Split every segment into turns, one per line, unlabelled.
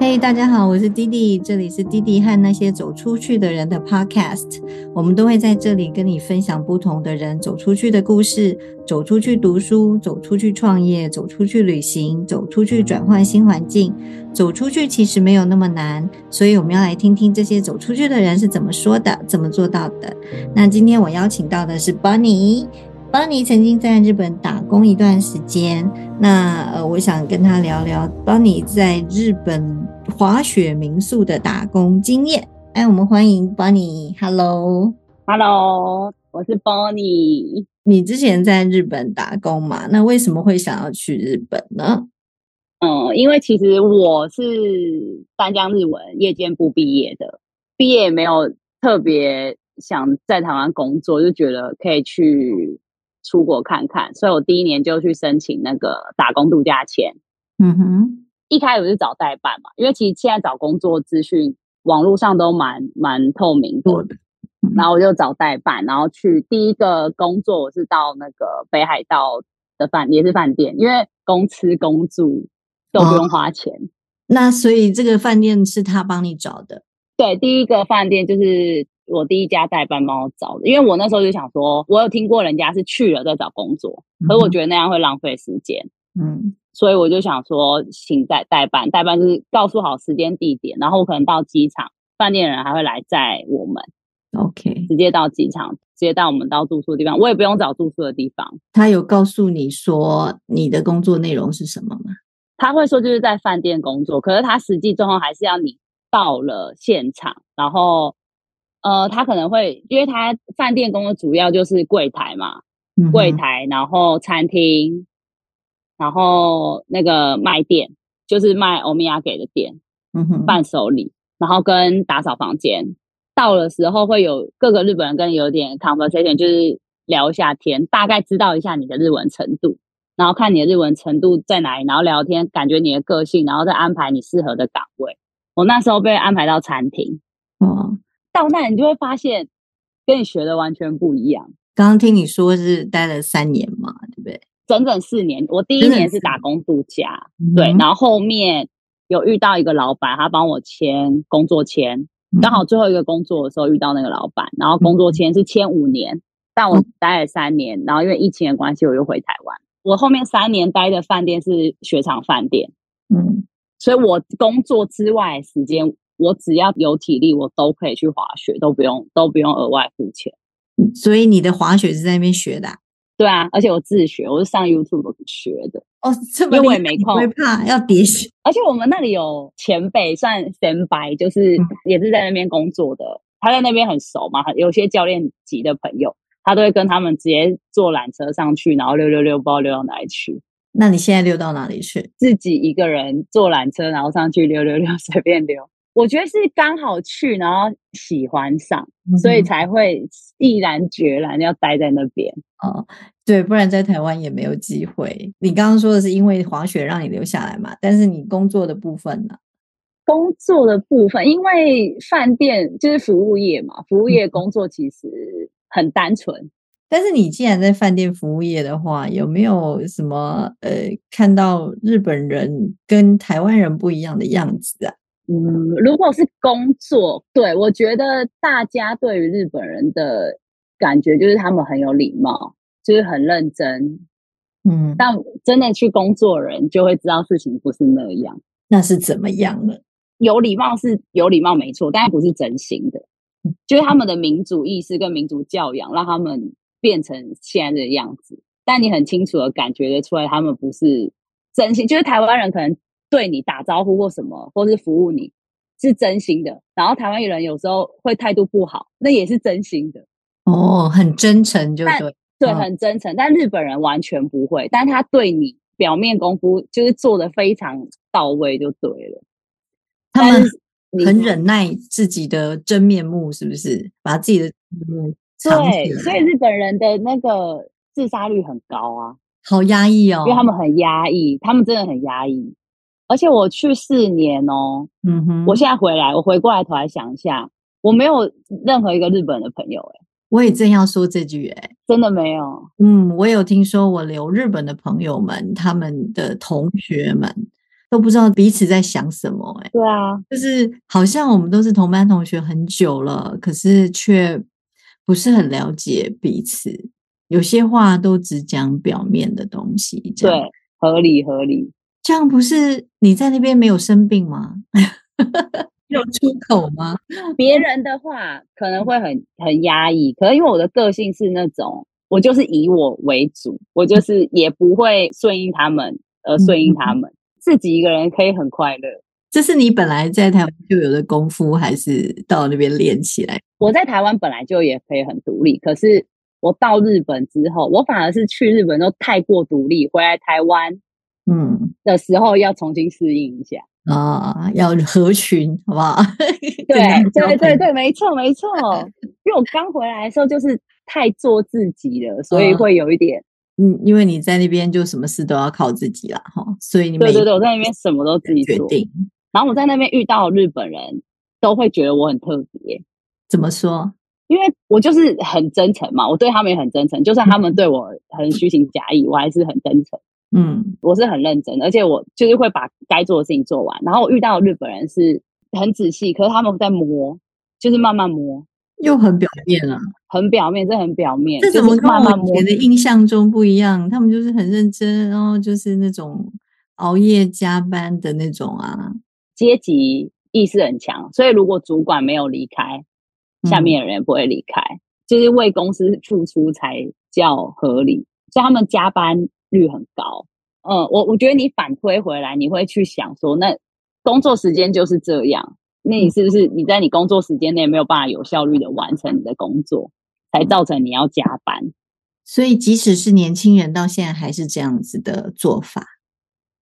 嘿、大家好，我是滴滴，这里是滴滴和那些走出去的人的 Podcast，我们都会在这里跟你分享不同的人走出去的故事，走出去读书，走出去创业，走出去旅行，走出去转换新环境，走出去其实没有那么难，所以我们要来听听这些走出去的人是怎么说的，怎么做到的。那今天我邀请到的是 Bonnie。Bonnie 曾经在日本打工一段时间，那呃，我想跟他聊聊 Bonnie 在日本滑雪民宿的打工经验。哎，我们欢迎 Bonnie，Hello。
Hello，我是 Bonnie。
你之前在日本打工嘛？那为什么会想要去日本呢？
嗯，因为其实我是淡江日文夜间部毕业的，毕业也没有特别想在台湾工作，就觉得可以去出国看看，所以我第一年就去申请那个打工度假签。
嗯哼，
一开始是找代办嘛，因为其实现在找工作资讯网络上都蛮蛮透明的，
做的。嗯
然后我就找代办，然后去第一个工作我是到那个北海道的饭也是饭店，因为公吃公住都不
哦
用花钱。
那所以这个饭店是他帮你找的。
对，第一个饭店就是我第一家代办帮我找的，因为我那时候就想说，我有听过人家是去了再找工作，可是
嗯
我觉得那样会浪费时间，
得，嗯
所以我就想说，请代代办，代办就是告诉好时间地点，然后我可能到机场，饭店人还会来载我们，
，OK，
直接到机场，直接带我们到住宿的地方，我也不用找住宿的地方。
他有告诉你说你的工作内容是什么吗？
他会说就是在饭店工作，可是他实际状况还是要你到了现场，然后呃，他可能会因为他饭店工作主要就是柜台嘛，
嗯哼
柜台，然后餐厅，然后那个卖店，就是卖欧米亚给的店，
嗯哼，
伴手礼，然后跟打扫房间。到的时候会有各个日本人跟你有点 conversation，就是聊一下天，大概知道一下你的日文程度，然后看你的日文程度在哪里，然后聊天，感觉你的个性，然后再安排你适合的岗位。我那时候被安排到餐厅，
哦，
到那你就会发现跟你学的完全不一样。
刚刚听你说是待了三年嘛，对不对？
整整四年，我第一
整整
年
四
是打工度假，
嗯
对，
哼
然后后面有遇到一个老板，他帮我签工作签，刚好最后一个工作的时候遇到那个老板，然后工作签是签五年，但我待了三年，然后因为疫情的关系，我又回台湾。我后面三年待的饭店是雪场饭店，
嗯，
所以我工作之外的时间，我只要有体力，我都可以去滑雪，都不用都不用额外付钱。
嗯所以你的滑雪是在那边学的啊、
对啊，而且我自学，我是上 YouTube 学的，
哦，这么
因为我
厉害
也没
你不会
空
怕要跌下。
而且我们那里有前辈算前白，就是
嗯
也是在那边工作的，他在那边很熟嘛，很有些教练级的朋友，他都会跟他们直接坐缆车上去，然后溜溜溜，不知道溜到哪里去，
那你现在溜到哪里去？
自己一个人坐缆车，然后上去溜溜 溜，随便溜。我觉得是刚好去，然后喜欢上，所以
嗯
才会毅然决然要待在那边。
哦，对，不然在台湾也没有机会。你刚刚说的是因为滑雪让你留下来嘛，但是你工作的部分呢？
工作的部分，因为饭店就是服务业嘛，服务
嗯
业工作其实很单纯，
但是你既然在饭店服务业的话，有没有什么呃看到日本人跟台湾人不一样的样子啊？
嗯，如果是工作，对我觉得大家对于日本人的感觉就是他们很有礼貌，就是很认真。
嗯，
但真的去工作的人就会知道事情不是那样。
那是怎么样呢？
有礼貌是有礼貌没错，但不是真心的。
嗯
就是他们的民族意识跟民族教养，让他们变成现在这个样子。但你很清楚的感觉得出来，他们不是真心。就是台湾人可能对你打招呼或什么，或是服务你是真心的，然后台湾人有时候会态度不好，那也是真心的，
哦，很真诚就
但
对，
对，
嗯
很真诚。但日本人完全不会，但他对你表面功夫就是做的非常到位，就对了。
他们
但是你
很忍耐自己的真面目，是不是？把自己的真面目藏起
对，
来
所以日本人的那个自杀率很高啊，
好压抑哦
因为。他们很压抑，他们真的很压抑。而且我去四年哦，
嗯哼，
我
我
现在回来，我回过来头来想一下，我没有任何一个日本的朋友、欸，
我也正要说这句哎、
真的没有。
嗯，我有听说我留日本的朋友们，他们的同学们都不知道彼此在想什么哎、
对啊，
就是好像我们都是同班同学很久了，可是却不是很了解彼此，有些话都只讲表面的东西。这样
对，合理合理。
这样不是你在那边没有生病吗？ 有出口吗？
别人的话可能会很很压抑，可能因为我的个性是那种，我就是以我为主，我就是也不会顺应他们而顺应他们，自己一个人可以很快乐。
这是你本来在台湾就有的功夫，还是到那边练起来？
我在台湾本来就也可以很独立，可是我到日本之后，我反而是去日本都太过独立，回来台湾
嗯
的时候要重新适应一下。
啊，要合群，好不好？
对
怎样交
对对
朋
对，没错没错，因为我刚回来的时候就是太做自己了，所以
嗯
会有一点。
嗯，因为你在那边就什么事都要靠自己啦，哈，所以你
对
每
对对，我在那边什么都自己
决
做，
定
然后我在那边遇到日本人都会觉得我很特别，
怎么说，
因为我就是很真诚嘛，我对他们也很真诚，就算他们对我很虚情假意，我还是很真诚，
嗯
我是很认真的，而且我就是会把该做的事情做完。然后我遇到的日本人是很仔细，可是他们在摸，就是慢慢摸，
又很表面了、
很表面，这很表面，
这
就
怎么
是
跟
慢慢
我以
摸
前？的印象中不一样？他们就是很认真，然后就是那种熬夜加班的那种啊。
阶级意识很强，所以如果主管没有离开，下
嗯
面的人也不会离开，就是为公司付出才叫合理，所以他们加班率很高。嗯，我我觉得你反推回来，你会去想说，那工作时间就是这样，
嗯
那你是不是你在你工作时间内没有办法有效率的完成你的工作，
嗯
才造成你要加班？
所以即使是年轻人，到现在还是这样子的做法。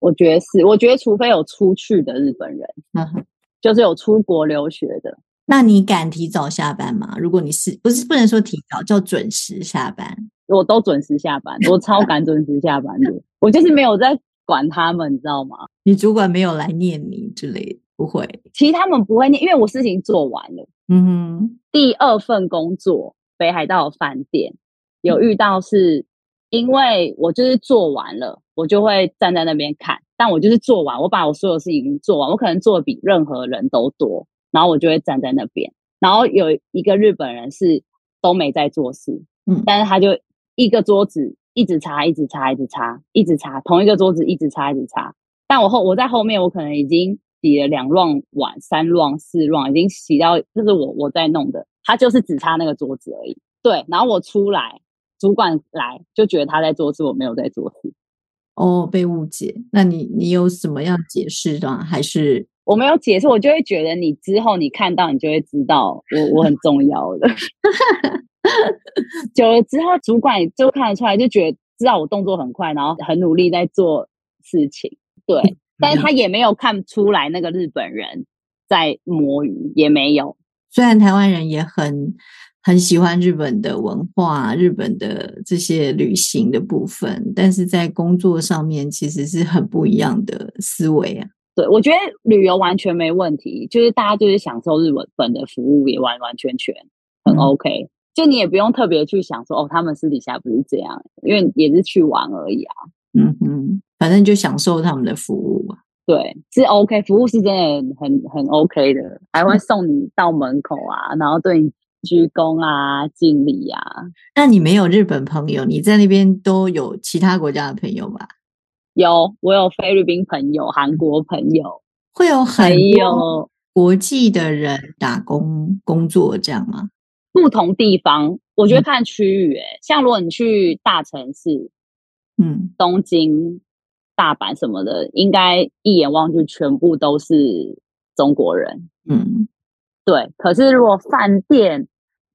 我觉得是，我觉得除非有出去的日本人，
嗯哼
就是有出国留学的，
那你敢提早下班吗？如果你是不是不能说提早，叫准时下班？
我都准时下班，我超敢准时下班的，我就是没有在管他们，你知道吗？
你主管没有来念你之类的，不会。
其实他们不会念，因为我事情做完了。
嗯哼，
第二份工作，北海道的饭店有遇到是，因为我就是做完了，我就会站在那边看，但我就是做完，我把我所有事情做完，我可能做的比任何人都多，然后我就会站在那边。然后有一个日本人是都没在做事，
嗯
但是他就一个桌子一直擦，一直擦，一直擦，一直擦，同一个桌子一直擦，一直擦。但我后我在后面，我可能已经洗了两 round 碗、三 round、四 round，已经洗到就是我我在弄的，他就是只擦那个桌子而已。对，然后我出来，主管来就觉得他在做事，我没有在做事，
哦，被误解。那你你有什么要解释的吗？还是
我没有解释，我就会觉得你之后你看到你就会知道我我很重要了。久了之后，主管也就看得出来，就觉得知道我动作很快，然后很努力在做事情。对，但是他也没有看出来那个日本人在摸鱼，也没有。
虽然台湾人也很很喜欢日本的文化、日本的这些旅行的部分，但是在工作上面其实是很不一样的思维啊。
对，我觉得旅游完全没问题，就是大家就是享受日本的服务也完完全全很
嗯
OK，、就你也不用特别去想说哦，他们私底下不是这样，因为也是去玩而已啊。
嗯哼，反正就享受他们的服务啊。
对，是 OK，服务是真的很很 OK 的，还会送你到门口啊，然后对你鞠躬啊、敬礼啊。
那你没有日本朋友，你在那边都有其他国家的朋友吧？
有，我有菲律宾朋友、韩国朋友，
会有
还
很多
有
国际的人打工工作这样吗？
不同地方，我觉得看区域、欸，像如果你去大城市，
嗯，
东京、大阪什么的，应该一眼望去全部都是中国人。
嗯，
对，可是如果饭店，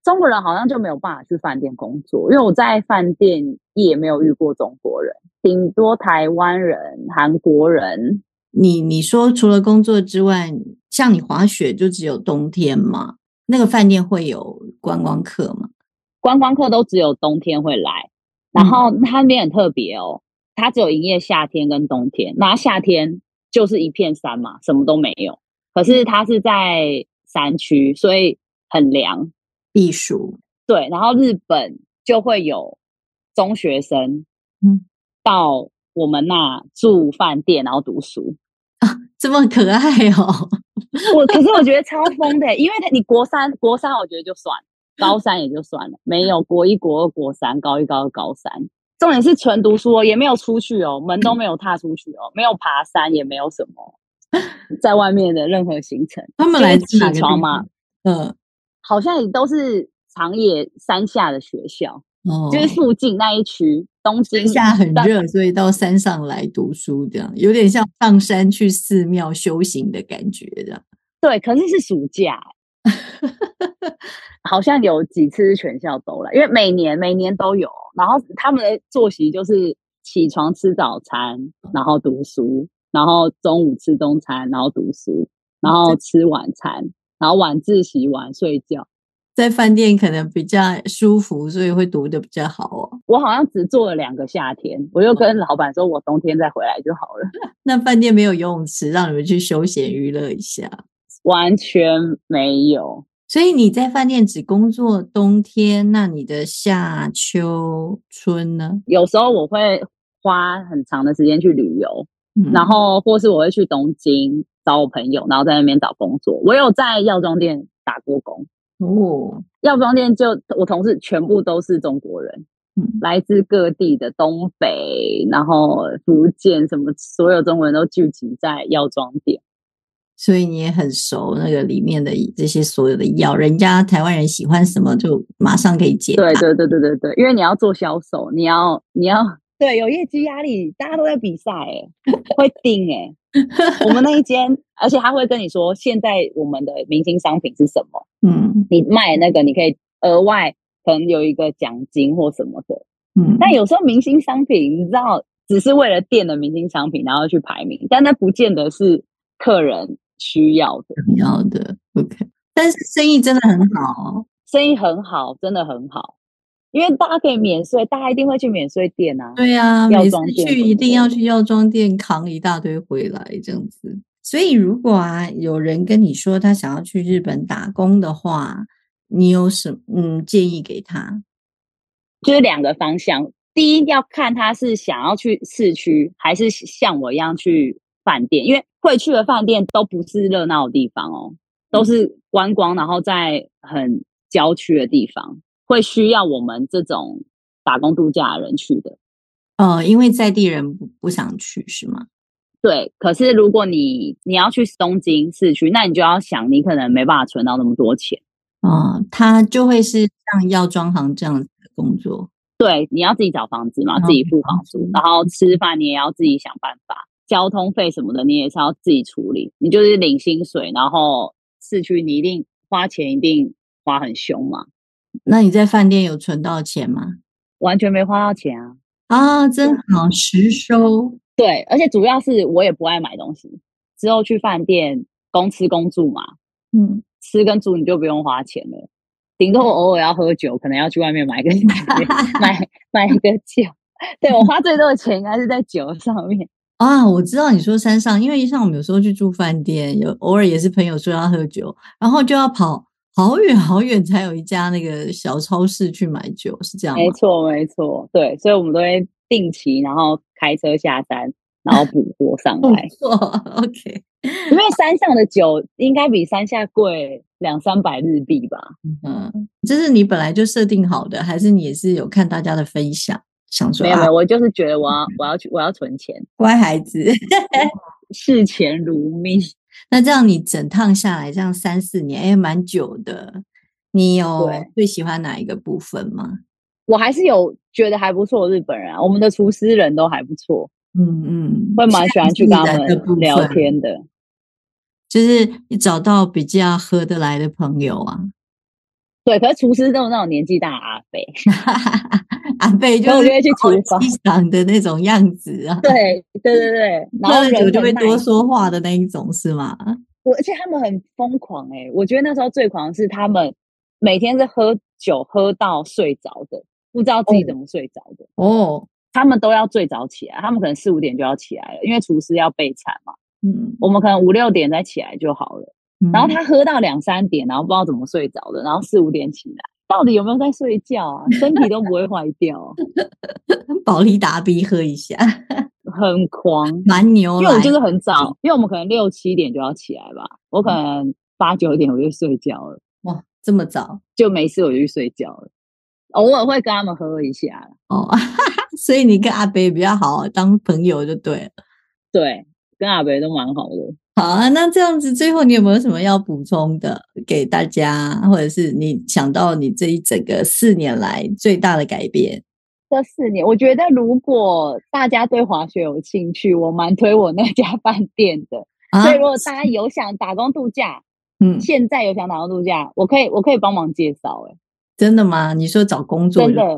中国人好像就没有办法去饭店工作，因为我在饭店也没有遇过中国人，顶多台湾人、韩国人。
你你说除了工作之外，像你滑雪就只有冬天嘛？那个饭店会有观光客吗？
观光客都只有冬天会来，然后它那边很特别哦，它只有营业夏天跟冬天，那夏天就是一片山嘛，什么都没有，可是它是在山区，所以很凉，
避暑，
对，然后日本就会有中学生，
嗯，
到我们那住饭店，然后读书。
这么可爱哦，
我可是我觉得超疯的欸，因为他你国三国三我觉得就算，高三也就算了，没有国一国二国三，高一高二高三，重点是纯读书哦，也没有出去哦，门都没有踏出去哦，没有爬山，也没有什么在外面的任何行程，
他们
就是
来自
起
哪个地
床嘛
方？嗯，
好像也都是长野山下的学校，
哦，
就是附近那一区，东京
山 下很
到
热，所以到山上来读书，这样有点像上山去寺庙修行的感觉，这样。
对，可是是暑假欸，好像有几次是全校都来，因为每年每年都有。然后他们的作息就是起床吃早餐，然后读书，然后中午吃中餐，然后读书，然后吃晚餐，然后晚自习晚睡觉。
在饭店可能比较舒服，所以会读的比较好哦。
我好像只做了两个夏天，我就跟老板说，我冬天再回来就好了，
那饭店没有游泳池，让你们去休闲娱乐一下。
完全没有。
所以你在饭店只工作冬天，那你的夏秋春呢？
有时候我会花很长的时间去旅游，
嗯
然后或是我会去东京找我朋友，然后在那边找工作。我有在药妆店打过工，
哦，
药妆店就我同事全部都是中国人，
嗯，
来自各地的东北，然后福建什么，所有中国人都聚集在药妆店。
所以你也很熟那个里面的这些所有的药，人家台湾人喜欢什么就马上可以解答。
对对对对对对，因为你要做销售，你要你要 对有业绩压力，大家都在比赛、 欸，会定哎、 我们那一间，而且他会跟你说，现在我们的明星商品是什么。
嗯
你卖那个，你可以额外可能有一个奖金或什么的。
嗯，
但有时候明星商品，你知道，只是为了店的明星商品，然后去排名，但那不见得是客人需要的。
你要的 OK，但是生意真的很好哦。
生意很好，真的很好，因为大家可以免税，大家一定会去免税店啊。
对呀、啊，
药
每次
妆店
去
什
一
么
定
的
要去药妆店扛一大堆回来，这样子。所以，如果啊有人跟你说他想要去日本打工的话，你有什么嗯建议给他？
就是两个方向，第一要看他是想要去市区，还是像我一样去饭店，因为会去的饭店都不是热闹的地方哦，都是观光，然后在很郊区的地方，会需要我们这种打工度假的人去的。
呃，因为在地人不不想去是吗？
对，可是如果你你要去东京市区，那你就要想，你可能没办法存到那么多钱。
啊、他就会是像药妆行这样子的工作。嗯
对，你要自己找房子嘛，
然后
自己付
房
房租
租，
然后吃饭你也要自己想办法，交通费什么的你也是要自己处理，你就是领薪水，然后市区你一定花钱一定花很凶嘛，
那你在饭店有存到钱吗？
完全没花到钱啊。
啊，真好，实收。
对，而且主要是我也不爱买东西，之后去饭店公吃公住嘛，
嗯，
吃跟住你就不用花钱了，顶多我偶尔要喝酒，可能要去外面买个 买买一个酒。 对我花最多的钱应该是在酒上面。
啊，我知道你说山上，因为像我们有时候去住饭店，有偶尔也是朋友说要喝酒，然后就要跑好远好远才有一家那个小超市去买酒，是这样
没
吗？
错，没错，对，所以我们都会定期，然后开车下山，然后补货上
不
来。
错哦，OK，
因为山上的酒应该比山下贵两三百日币吧？
嗯，这是你本来就设定好的，还是你也是有看大家的分享，想说
没有，没
啊
有，，我就是觉得我要，我要去，我要存钱，
乖孩子，
视钱如命。
那这样你整趟下来，这样三四年，哎，蛮久的。你有
对
最喜欢哪一个部分吗？
我还是有觉得还不错的日本人、啊，我们的厨师人都还不错，
嗯嗯，
会蛮喜欢去跟他
自然的部
们聊
分
天的。
就是你找到比较合得来的朋友啊。
对，可是厨师都是那种年纪大的阿伯，
阿贝就
然后我
是哦
就会去厨房。
机长的那种样子啊，
对对对 对，然
喝
后
了
人
酒就
很
会多
nice
说话的那一种是吗？
欸我而且他们很疯狂哎、我觉得那时候最狂的是他们每天是喝酒喝到睡着的，不知道自己怎么睡着的。
哦，
他们都要最早起来，他们可能四五点就要起来了，因为厨师要备餐嘛。
嗯，
我们可能五六点再起来就好了。然后
嗯
他喝到两三点，然后不知道怎么睡着的，然后四五点起来，到底有没有在睡觉啊？身体都不会坏掉啊，
保利达 B 喝一下，
很狂。
蛮牛
因为我
奶，
就是很早，因为我们可能六七点就要起来吧，我可能八九点我就睡觉了，
哇，这么早
就没事我就去睡觉了。偶尔会跟他们喝一下啦，
哦， 所以你跟阿北比较好啊当朋友就对了。
对，跟阿北都蛮好的。
好啊，那这样子，最后你有没有什么要补充的给大家，或者是你想到你这一整个四年来最大的改变？
这四年，我觉得如果大家对滑雪有兴趣，我蛮推我那家饭店的。
啊
所以如果大家有想打工度假，
嗯，
现在有想打工度假，我可以我可以帮忙介绍、欸。
真的吗？你说找工作
真
就
的，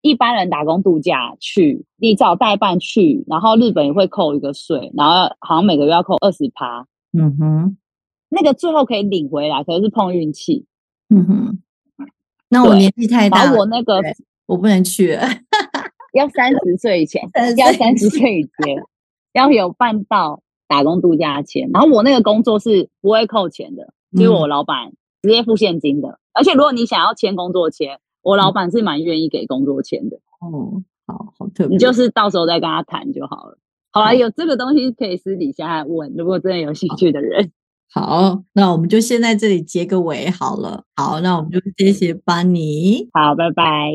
一般人打工度假去，你找代办去，然后日本也会扣一个税，然后好像每个月要扣二十趴，
嗯哼，
那个最后可以领回来，可是是碰运气。
嗯哼。那我
对
年纪太
然
大了，
后哎我那个
对我不能去了。
要三十岁以前
30，
要三十 岁以前，要有办到打工度假的钱。然后我那个工作是不会扣钱的，就是我老板直接付现金的。而且如果你想要签工作签，我老板是蛮愿意给工作签的。
哦，好好特别，
你就是到时候再跟他谈就好了。好
好
了，有这个东西可以私底下问，如果真的有兴趣的人，
好。那我们就先在这里结个尾好了。好，那我们就谢谢班尼。
好，拜拜。